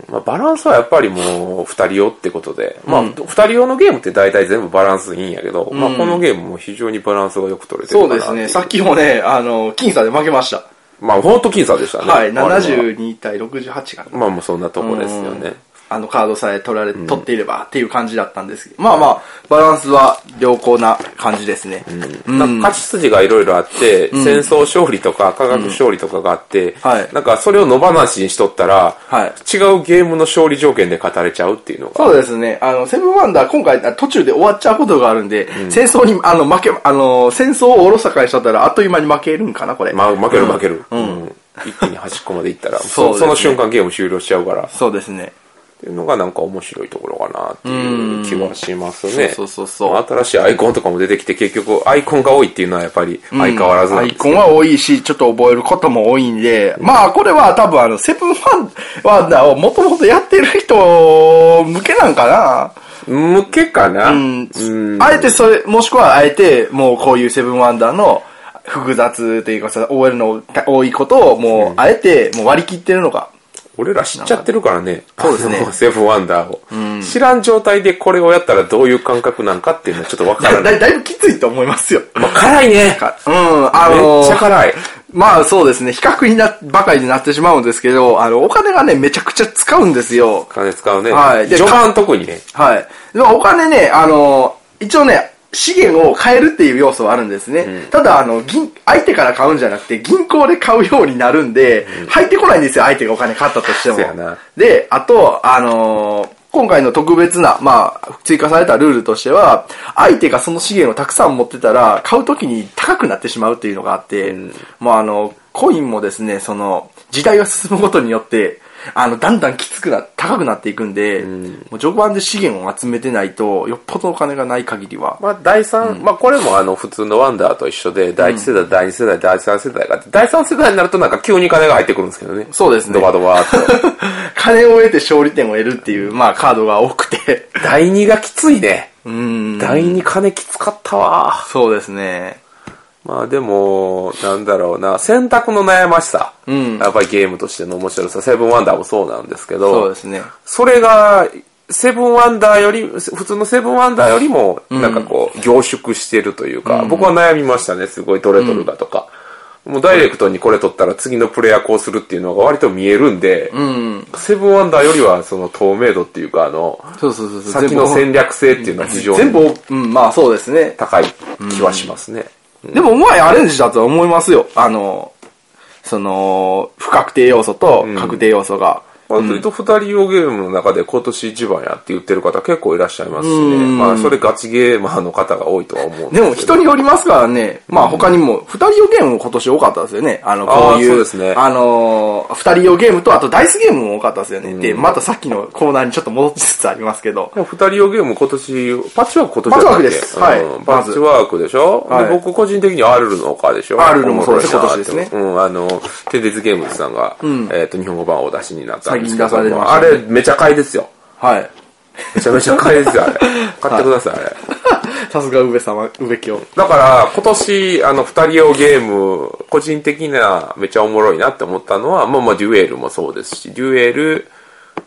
まあ、バランスはやっぱりもう2人用ってことで、まあ2人用のゲームって大体全部バランスいいんやけど、まあ、このゲームも非常にバランスがよく取れてる
そ
か
うで
な
すね。さっきもね、あの、僅差で負けました。
まあ本当僅差でしたね
はい。
まあ
72対68かな。
まあもうそんなとこですよね、
あのカードさえ取られ、取っていればっていう感じだったんですけど、まあまあ、バランスは良好な感じですね。
なんか勝ち筋がいろいろあって、戦争勝利とか科学勝利とかがあって、
はい
なんかそれを野放しにしとったら、
はい
違うゲームの勝利条件で語れちゃうっていうのが。
そうですね。あの、セブンワンダー、今回、あ途中で終わっちゃうことがあるんで、戦争に、あの、負け、あの、戦争をおろそかにしちゃったら、あっという間に負けるんかな、これ。
まあ、負ける負ける、うん一気に端っこまで行ったら
(laughs) そうですね
その瞬間ゲーム終了しちゃうからっ
そうですね。
ていうのがなんか面白いところかなっていう気はしますね
そうそうそうそう
まあ新しいアイコンとかも出てきて結局アイコンが多いっていうのはやっぱり相変わらずな
ア
ん
イ
です
コンは多いし、ちょっと覚えることも多いんで、まあこれは多分あの、セブンファンワンダーをもともとやってる人向けなんか
向けか
な。
な、
うん。あえてそれ、もしくはあえて、もうこういうセブンワンダーの複雑というかさ、覚えるの多いことをもう、あえてもう割り切ってるのか。
俺ら知っちゃってるからね。
そうですね
あのセブンワンダーを、知らん状態でこれをやったらどういう感覚なんかっていうのはちょっとわか
だ
らない。
だだいぶきついと思いますよ。
まあ、辛いね。
うん、あの
めっちゃ辛い。
まあそうですね、比較にな、ばかりになってしまうんですけど、あの、お金がね、めちゃくちゃ使うんですよ。
金使うね。
はいで
序盤特にね。
はい。でもお金ね、あの、一応ね、資源を変えるっていう要素はあるんですね。ただ、あの、銀、相手から買うんじゃなくて、銀行で買うようになるんで、入ってこないんですよ、相手がお金買ったとしても
そうやな。
で、あと、あのー今回の特別な、まあ、追加されたルールとしては、相手がその資源をたくさん持ってたら、買うときに高くなってしまうっていうのがあって、もうあの、コインもですね、その、時代が進むことによって、あの、だんだんきつくな、高くなっていくんで、もう序盤で資源を集めてないと、よっぽどお金がない限りは、
まあ、第三、まあ、これもあの、普通のワンダーと一緒で、第一世代、第二世代、第三世代があって、第三世代になるとなんか急に金が入ってくるんですけどね。
そうですね
ドバドバーっと。
(laughs) 金を得て勝利点を得るっていう、まあ、カードが多くて、 (laughs)
第二がきついね。
うん、
第二金きつかったわ。
そうですね。
まあでも、なんだろうな、選択の悩ましさ。
ん
やっぱりゲームとしての面白さ。セブンワンダーもそうなんですけど、
そうですね。
それが、セブンワンダーより、普通のセブンワンダーよりも、なんかこう、凝縮してるというか、僕は悩みましたね、すごいどれ取るかとか。もうダイレクトにこれ取ったら次のプレイヤーこうするっていうのが割と見えるんで、
うん。
セブンアンダーよりはその透明度っていうか、あの、
そうそうそうそう。
先の戦略性っていうのは非常
全部
に、
うん、まあそうですね。
高い気はしますね。
でもうまいアレンジだとは思いますよ。あの、その、不確定要素と確定要素が。
まあ、割と二人用ゲームの中で今年一番やって言ってる方結構いらっしゃいますしね。まあ、それガチゲーマーの方が多いとは思うんですけ
で
ど。
も人によりますからね、まあ他にも、二人用ゲームも今年多かったですよね。あの、こうい
あーそう
う、
ですね
あのー、二人用ゲームと、あとダイスゲームも多かったですよね。で、またさっきのコーナーにちょっと戻りつつありますけど。
でも二人用ゲーム今年、パッチワーク今年だった
パッチ
っけ
ワークですはい
うんパ
まず
ッチワークでしょ、
はい
で僕個人的にアルルの丘でしょ
アルルもそうです
面白い
今
な
年です
ってうん、あの、テンデズゲームズさんが、えっ、と、日本語版をお出しになったんですけど、
最近出されてまし
あ
たね
れめちゃ買いですよ。
はい。
めちゃめちゃ買いです
(laughs)
よ、あれ。買ってください、あれ。
さすが上様、上京。
だから、今年、あの、二人用ゲーム、個人的な、めちゃおもろいなって思ったのは、まあまあ、デュエルもそうですし、デュエル、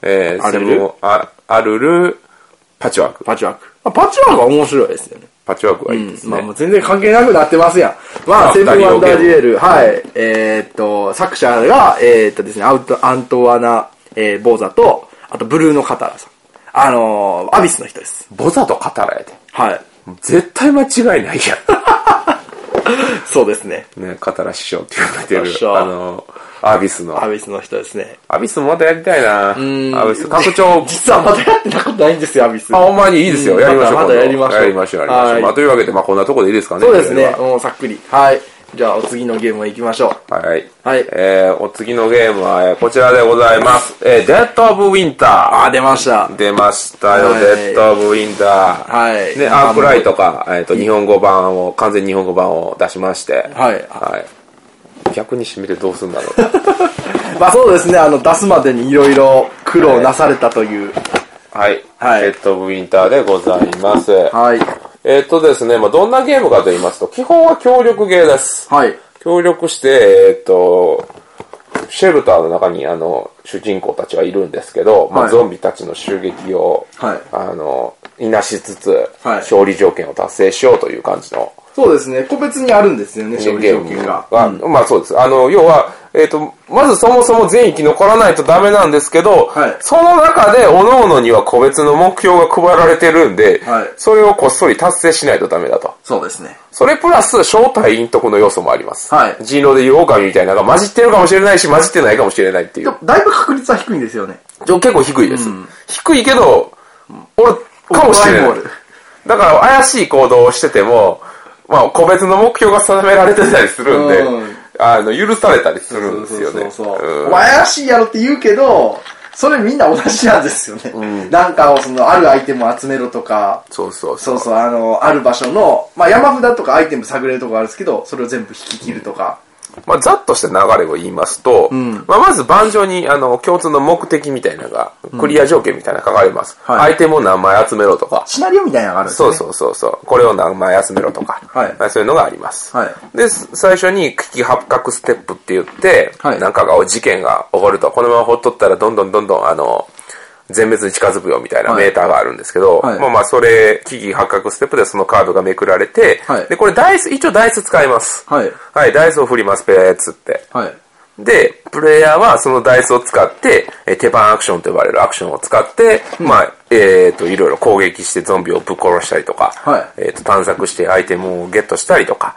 えー、
アルル
セブンあアルル、パッチワーク。
パッチワーク。まあパッチワークは面白いですよね。
パッチワークがいいですね。
まあもう全然関係なくなってますやん。ま
まあ
あ、セブン
二人
ア
用
ン
ゲー
ダ
ム
ーデュエル、はい。えーっと、作者が、えーっとですね、アウト、アントワナ、えー、ボーザと、あとブルーのカタラさん。あのー、アビスの人です。
ボザとカタラやで。
はい。
絶対間違いないや
そうですね。(laughs)
ん。ね、カタラ師匠って言われて
師匠
る、あの、アビスの
ア。ビスの人ですね。。
アビスまたやりたいなアビス、拡張
実はまだやってなかったんですよ、アビス。
あ、ほんまにいいですよ。
うん
やりましょう。
またまた
今度
やりましょう
やりましょう、やりましょ
は
う。
い
まあ、というわけで、まあ、こんなとこでいいですかね。
そうです
デュエ
ね
ル。は
もうさっくり。はい。じゃあ、お次のゲームへ行きましょう。
はい。
はい
えー、お次のゲームは、えーこちらでございます。えー、デッド・オブ・ウィンタ
あ、出ました
ー。。出ましたよ、
はい
デッド・オブ・ウィンター。
はい
ね、アークライトが、えっ、と、日本語版を、完全日本語版を出しまして。
はい
はい。逆に締めてどうすんだろう。
まあそうですね、あの、出すまでにいろいろ苦労なされたという。
(laughs) はい。
はい
デッド・オブ・ウィンターでございます。
はい。
えっ、とですね、まあ、どんなゲームかと言いますと、基本は協力ゲーです。
はい。
協力して、えーっと、シェルターの中にあの主人公たちはいるんですけど、ま
は
あ、
い
ゾンビたちの襲撃を、
はい
あのいなしつつ、
はい
勝利条件を達成しようという感じの
そうですね、個別にあるんですよね、勝利
ゲー
条
ム
件が。
まあそうです。あの要は、えーっとまずそもそも全員生き残らないとダメなんですけど、
はい
その中で各々には個別の目標が配られてるんで、
はい
それをこっそり達成しないとダメだと。
そうですね。
それプラス、正体陰徳の要素もあります。
はい
人狼でいう狼みたいなのが混じってるかもしれないし、混じってないかもしれないっていう。
だいぶ確率は低いんですよね。
結構低いです。低いけど、俺、かもしれない
俺もある。
だから、怪しい行動をしてても、まあ、個別の目標が定められてたりするんで、
うん
あの、許されたりするんですよね。
そうそうそう。
う
お
ん
前怪しいやろって言うけど、それみんな同じなんですよね。なんかをその、あるアイテムを集めろとか、
そうそうそ
そうう。そう、あの、ある場所の、まあ、山札とかアイテム探れるとかあるんですけど、それを全部引き切るとか。
まあ、ざっとした流れを言いますと、まあ、まず盤上にあの共通の目的みたいなのが、クリア条件みたいなのが書かれます。
はい
アイテムを何枚集めろとか、
シナリオみたいなのがあるんです
そ
よ
う
ね。
そうそうそう。これを何枚集めろとか、
はい
まあそういうのがあります。
はい
で、す最初に危機発覚ステップって言って、
はい
なんかが事件が起こると、このまま放っとったらどんどんどんどん、あの、全滅に近づくよみたいな
はい
メーターがあるんですけど、
はい
まあまあそれ、危機発覚ステップでそのカードがめくられて、
はい
で、これダイス、一応ダイス使います。
はい
はい、ダイスを振ります、ペーっつって。
はい。
で、プレイヤーはそのダイスを使って、えー手番アクションと呼ばれるアクションを使って、まあ、えっ、と、いろいろ攻撃してゾンビをぶっ殺したりとか、
はい
えっ、と、探索してアイテムをゲットしたりとか、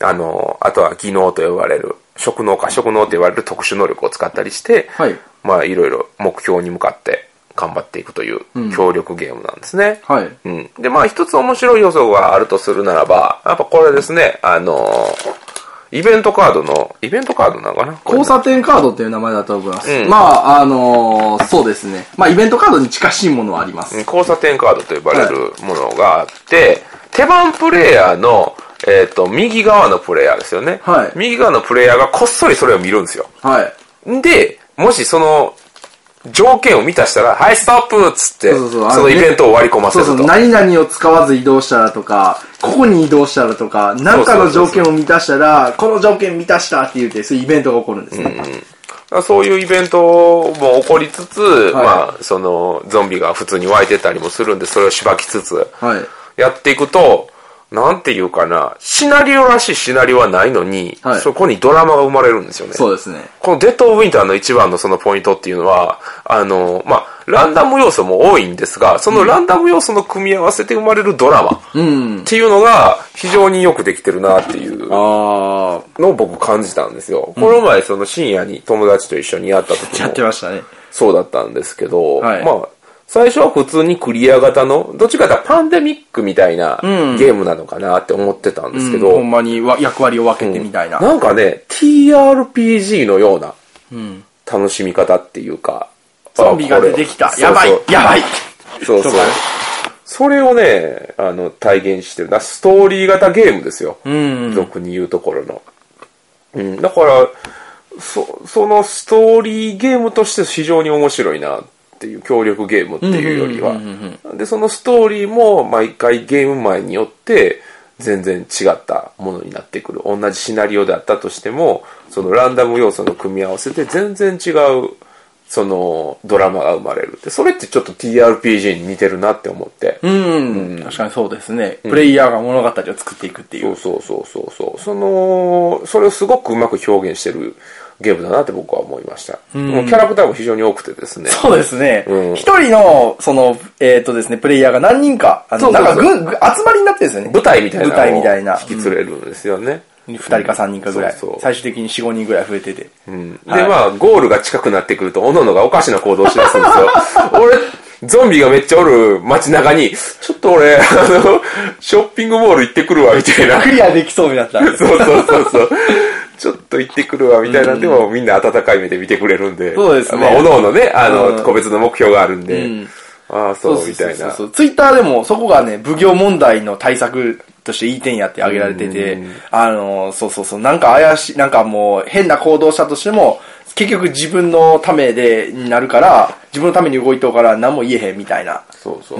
あの、あとは技能と呼ばれる、職能か、職能と呼ばれる特殊能力を使ったりして、
はい
まあ、いろいろ目標に向かって頑張っていくという協力ゲームなんですね。
はい
うん。で、まあ、一つ面白い要素があるとするならば、やっぱこれですね、あのイベントカードの、イベントカードなのかなこれ
交差点カードっていう名前だと思います。
うん
まあ、あのーそうですね。まあ、イベントカードに近しいものはあります。
交差点カードと呼ばれるものがあって、手番プレイヤーの、えっ、と、右側のプレイヤーですよね。
はい
右側のプレイヤーがこっそりそれを見るんですよ。
はい。
で、もしその、条件を満たしたら、はい、ストップっつって、
そう
そ
そうそうあの
の
ね
イベントを割り込ませ
そう
る
そ
と。
う、何々を使わず移動したらとか、ここに移動したらとか、何かの条件を満たしたら、この条件満たしたって言って、そういうイベントが起こるんですね。
だからそういうイベントも起こりつつ、
い
まあ、その、ゾンビが普通に湧いてたりもするんで、それをしばきつつ、
はい。
やっていくと、なんていうかな、シナリオらしいシナリオはないのに、
はい
そこにドラマが生まれるんですよね。
そうですね。
このデッド・オブ・ウィンターの一番のそのポイントっていうのは、あの、まあ、ランダム要素も多いんですが、そのランダム要素の組み合わせで生まれるドラマ
うん
っ。ていうのが非常によくできてるなっていう
あ
のを僕感じたんですよ。この前その深夜に友達と一緒にやった時
やって
も
ましたね。
そうだったんですけど、
はい
まあ、最初は普通にクリア型の、どっちかというとパンデミックみたいなゲームなのかなって思ってたんですけど、
ほんまにわ役割を分けてみたいな。
なんかね、TRPG のような
うん。
楽しみ方っていうか、
ゾンビが出てきた。やばいやばい
そうそうそうそう
とかね
それをね、あの、体現してるな。ストーリー型ゲームですよ。
うん
俗に言うところの。うん。だから、そ、そのストーリーゲームとして非常に面白いなっていう、協力ゲームっていうよりは。で、そのストーリーも毎回ゲーム前によって、全然違ったものになってくる。同じシナリオであったとしても、そのランダム要素の組み合わせで全然違う、そのドラマが生まれる。で、それってちょっと TRPG に似てるなって思って。
うん。確かにそうですね。プレイヤーが物語を作っていくっていう。
そうそうそうそうそう。その、それをすごくうまく表現してるゲームだなって僕は思いました。もうキャラクターも非常に多くてですね。
そうですね
うん。
一、人の、その、えっ、とですね、プレイヤーが何人か、あ
そ
の、
うそ
な
うんそう
か軍、軍集まりになってるんですよね。
舞台みたいなのを
舞台みたいな。
引き連れるんですよね。
二人か三人かぐらい。
そうそう
最終的に四五人ぐらい増えてて。
うんで、
はい
まあ、ゴールが近くなってくると、おののがおかしな行動をしだすんですよ。
(laughs)
俺、ゾンビがめっちゃおる街中に、ちょっと俺、あの、ショッピングモール行ってくるわ、みたいな
ク。リアできそうになった。
そうそうそうそう。ちょっと行ってくるわ、みたいな。でも、みんな温かい目で見てくれるんで。
そうですね
まあ、おのおのね、あの、
うん
個別の目標があるんで。
うん
ああ、そう、みたい
そう
な
そ。うツイッターでもそこがね、奉行問題の対策としていい点やって挙げられてて、あの、そうそうそう、なんか怪しい、なんかもう変な行動したとしても、結局自分のためで、になるから、自分のために動いとうから何も言えへんみたいな。
そうそう。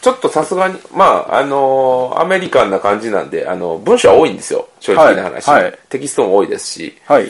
ちょっとさすがに、まあ、あのーアメリカンな感じなんで、あの、文章は多いんですよ。正直な話。
はいはい
テキストも多いですし。
はい。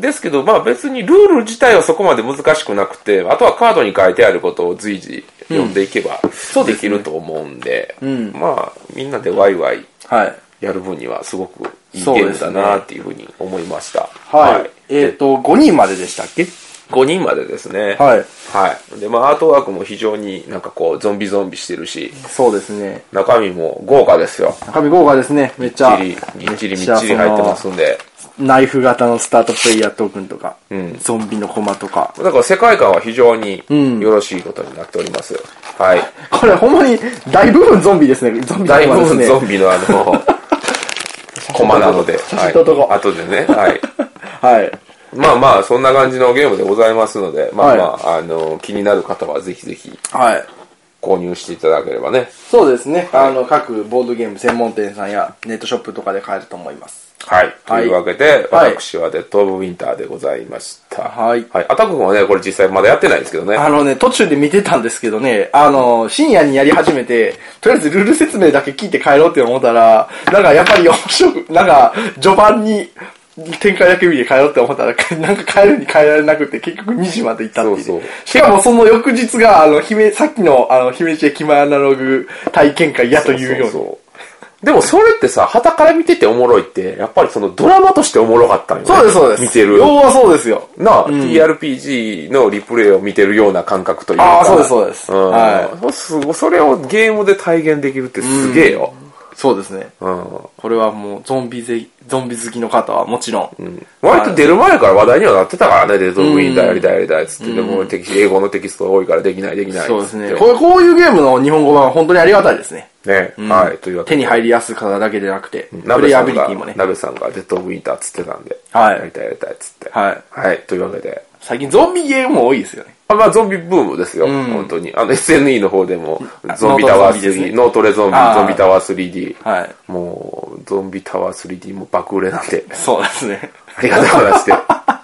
ですけど、まあ別にルール自体はそこまで難しくなくて、あとはカードに書いてあることを随時読んでいけば、
うで
ですき
ね
ると思うんで、
ん
まあみんなでワイワイ
はい。
やる分にはすごくいいゲ
そう
ー
で
ム
す
だ
ね
なっていうふうに思いました。
はい。えっ、と、5人まででしたっけ
5人までですね。
はい。
はい。で、まあアートワークも非常になんかこう、ゾンビゾンビしてるし、
そうですね。
中身も豪華ですよ。
中身豪華ですね。めっちゃ。
ぎっちり、ぎっちりみっちり入ってますんで。
ナイフ型のスタートプレイヤートークンとか、
ん
ゾンビのコマとか。
だから世界観は非常に
ん
よろしいことになっております。はい。
これほんまに大部分ゾンビですね。ゾンビ
大
のコマ
部
ですね。
分ゾンビのあ
(laughs)
の、コマなので、
写真撮っとこう
はい、後でね、はい。
はい。
まあまあ、そんな感じのゲームでございますので、まあまあ、あの、気になる方はぜひぜひ
はい。
購入していただければね。
そうですね。あの、各ボードゲーム専門店さんやネットショップとかで買えると思います。
はい。と
はい
いうわけで、
はい
私はデッド・オブ・ウィンターでございました。
はい
はい。アタック君はね、これ実際まだやってないんですけど
(laughs)
ね。
あのね、途中で見てたんですけどね、あの、深夜にやり始めて、とりあえずルール説明だけ聞いて帰ろうって思ったら、なんかやっぱり面白く、なんか、序盤に、展開だけ見て帰ろうって思ったら、 (laughs) なんか帰るに帰られなくて、結局2時まで行ったっていう。
そうそう
しかもその翌日が、あの、姫、さっきの、あの、姫路駅前アナログ体験会やというように。
そうそうでもそれってさ、旗から見てておもろいって、やっぱりそのドラマとしておもろかったんよ、ね。
そうです、そうです。
見てる。
要はそうですよ。
な、TRPG のリプレイを見てるような感覚というか。
あーそうですそうです
ん
は
すごそれをゲームで体現できるってすげえよ。
そうですね。
うん。
これはもうゾンビぜ、ゾンビ好きの方はもちろん。
割と出る前から話題にはなってたからね、デッドウィンターやりたいやりたいっつって、でもテキ英語のテキストが多いからできないできないっつって。
そうですね。これこういうゲームの日本語版は本当にありがたいですね。
ね、はい、というわけ
手
で。
に入りやすい方だけでなくて、プ
鍋
レイ
さ
ア
ん
ビリテ
が
ィもね、。
鍋さんがデッド・オブ・ウィンターっつってたんで、
はい
やりたいやりたいっつって。
はい。
はい、というわけで。
最近ゾンビゲームも多いですよね。
あまあ、ゾンビブームですよ、本当に。あの、SNE の方でも、ゾンビタワー
ノートレゾンビですね
3、ノートレゾンビ、
あー
ゾンビタワー 3D。
はい
もう、ゾンビタワー 3D も爆売れなんで、
そうですね。
ありがたい話で。
(laughs)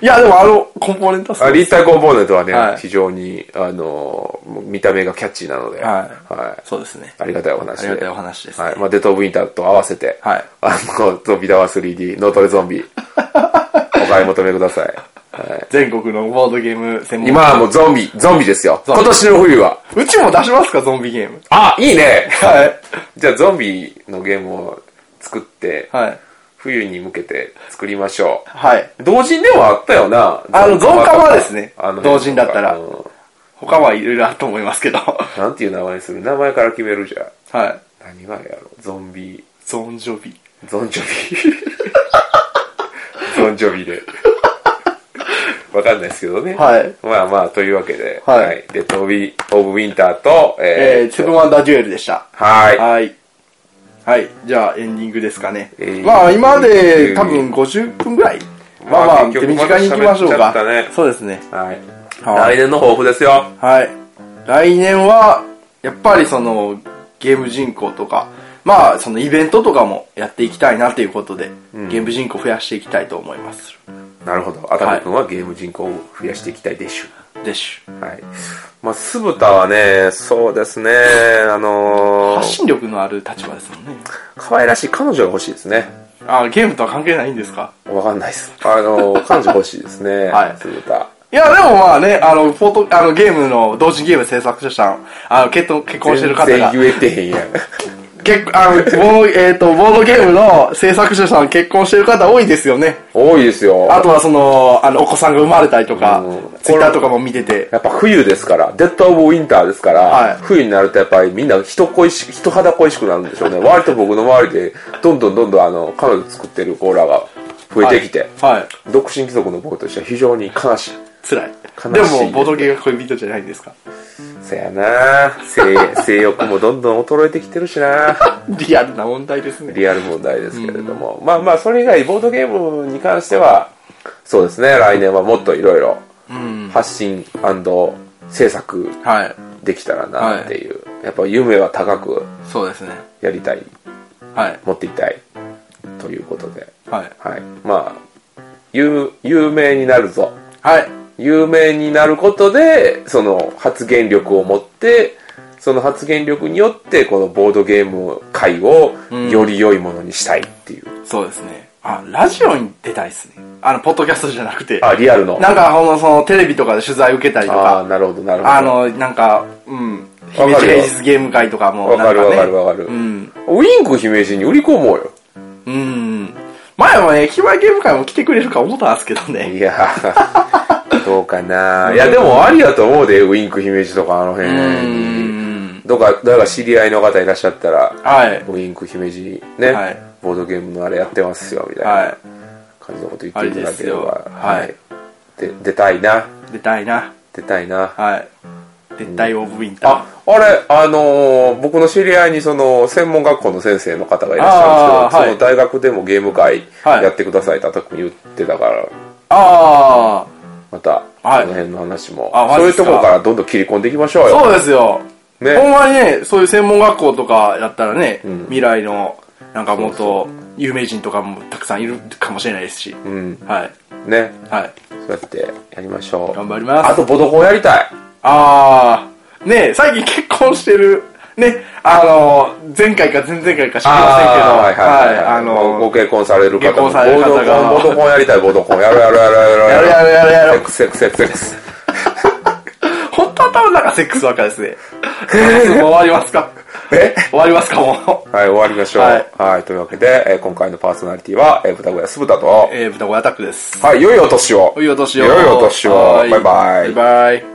いや、でもあの、コンポーネントはすご
あ
いで
立
す
体コンポーネントはね、
はい
非常に、あのー、見た目がキャッチーなので、
はい
はい
そうですね。
ありがたいお話で。
ありがたいお話ですね
はい。まあ、デッド・オブ・ウィンターと合わせて、
はい (laughs)
あの、ゾンビタワー 3D、ノートレゾンビ、お買い求めください。
全国のボードゲーム専門
今はもうゾンビ、ゾンビですよ。今年の冬は。
うちも出しますか、ゾンビゲーム。
あ、いいね
はい。
(laughs) じゃあゾンビのゲームを作って、
はい。
冬に向けて作りましょ
はい。
う。同人ではあったよな。
あの
ゾンカ
ゾンカ
バとか
バですね
あの
同人だったら
うん
他はいろいろあると思いますけど。は
なんていう名前にする名前から決めるじゃん。
い。
何がやろゾンビ、
ゾンジョビ。
ゾンジョビ。 (laughs) ゾンジョビで。わかんないですけどね。
はい
まあまあ、というわけで、
はい
デッドオブ・オブウィンターと、
えー、
え
セブンワンダーデュエルでした。
はい。
はい。はい。じゃあ、エンディングですかね
え。ー
まあ、今まで多分50分ぐらい。まあまあ、
結
手
局
短に行きましょう
ま
か
た喋っちゃったね。
そうですね。
はい。
はい
来年の抱負ですよ。
はい。来年は、やっぱりその、ゲーム人口とか、まあ、そのイベントとかもやっていきたいなということで、ゲーム人口増やしていきたいと思います。
なるほど。赤く君はゲーム人口を増やしていきたいでしゅ。
デッシュ。
はい。まあ、酢豚はね、そうですね、あの
発
ー、
信力のある立場ですもんね。
可愛らしい彼女が欲しいですね。
あ、ゲームとは関係ないんですか
わかんないです。あのー、彼女欲しいです (laughs) ね。
はい
酢豚。
いや、でもまあね、あの、フォート、あの、ゲームの、同時ゲーム制作者さん、あの、結婚結婚してる方
全
が
然、言えてへんやん。
結あの、ボード、えっ、と、ボードゲームの制作者さん結婚してる方多いですよね。
多いですよ。
あとはその、あの、お子さんが生まれたりとか
うん、
ツイッターとかも見てて。
やっぱ冬ですから、デッド・オブ・ウィンターですから、
はい
冬になるとやっぱりみんな人恋しく、人肌恋しくなるんでしょうね。割と僕の周りで、どんどんどんどんあの、彼女作ってるコーラが増えてきて、
はい。
独身貴族の僕としては非常に悲しい。
辛い。
悲しい
でも、ボードゲーが恋人じゃないんですか。
せやな性、 (laughs) 性欲もどんどん衰えてきてるしな
リアルな問題ですね。
リアル問題ですけれども。まあまあ、それ以外、ボードゲームに関しては、そうですね、来年はもっといろいろ、発信制作
はい。
できたらなっていう、やっぱ夢は高く
そうですね。
やりたい
はい。
持っていたいということで、
はい。
はい、まあ有有名になるぞ
はい。
有名になることでその発言力を持ってその発言力によってこのボードゲーム界をより良いものにしたいっていう、
そうですね。あ、ラジオに出たいですね。あの、ポッドキャストじゃなくて。
あリアルの
なんか、この、その、テレビとかで取材受けたりと
あ
か、
あーなるほどなるほど
あの、なんか、うん。
わか
姫
るよ
路平日ゲーム会とかも、
わ
な
か
ん
る
か
わ
ね。
かるわかる、
うん。
ウィンク姫路に売り込もうよ
うん。前もね、駅前ゲーム会も来てくれるか思ったんですけどね。
いやー (laughs) どうかないやでもありだと思うでウィンク姫路とかあの辺
う
に
ん。
どうか誰か知り合いの方いらっしゃったら
はい。
ウインク姫路ね、
はい
ボードゲームのあれやってますよみたい
は
な感じのこと言っていただけれ
あ
ば、
れですよはい。
で出たいない
出たいな。
出たいな
はい。絶対オブウィンター。
ああれあのー僕の知り合いにその専門学校の先生の方がいらっしゃるんですけど、
あーはい
その大学でもゲーム会
はい
やってくださいって君言ってたから
あ
またこ
はい
の辺の話も、
あマ
そ
ジ
う
っ
いう
すか
ところからどんどん切り込んでいきましょう
あ、
よ
そうですよ。
ね
ほんまにね、そういう専門学校とかだったらね、未来の、なんかもっと有名人とかもたくさんいるかもしれないですし。
ん
はい。
ね
はい。
そうやってやりましょう
頑張ります
あとボドコンやりたい
あー、ね最近結婚してる、ね、あの、前回か前々回か知りませんけど、
はいはいはい、
あの、
ご結婚される方
結婚される方が
ボードコンボードコンやりたいボードコンやろうやろうやろうやろう
やるやるやるやる。
セックスセックスセックスセックス
本当は多分なんかセックスばっかですね。もう終わりますか
え
終わりますかもう。
はい終わりましょう
はい
はい、というわけで、えー今回のパーソナリティは、えー、豚小屋酢豚と
えー、豚小屋アタックです。
はい良いお年を
おいお年を。
良いお年を
は
バイバイ
バイバイ。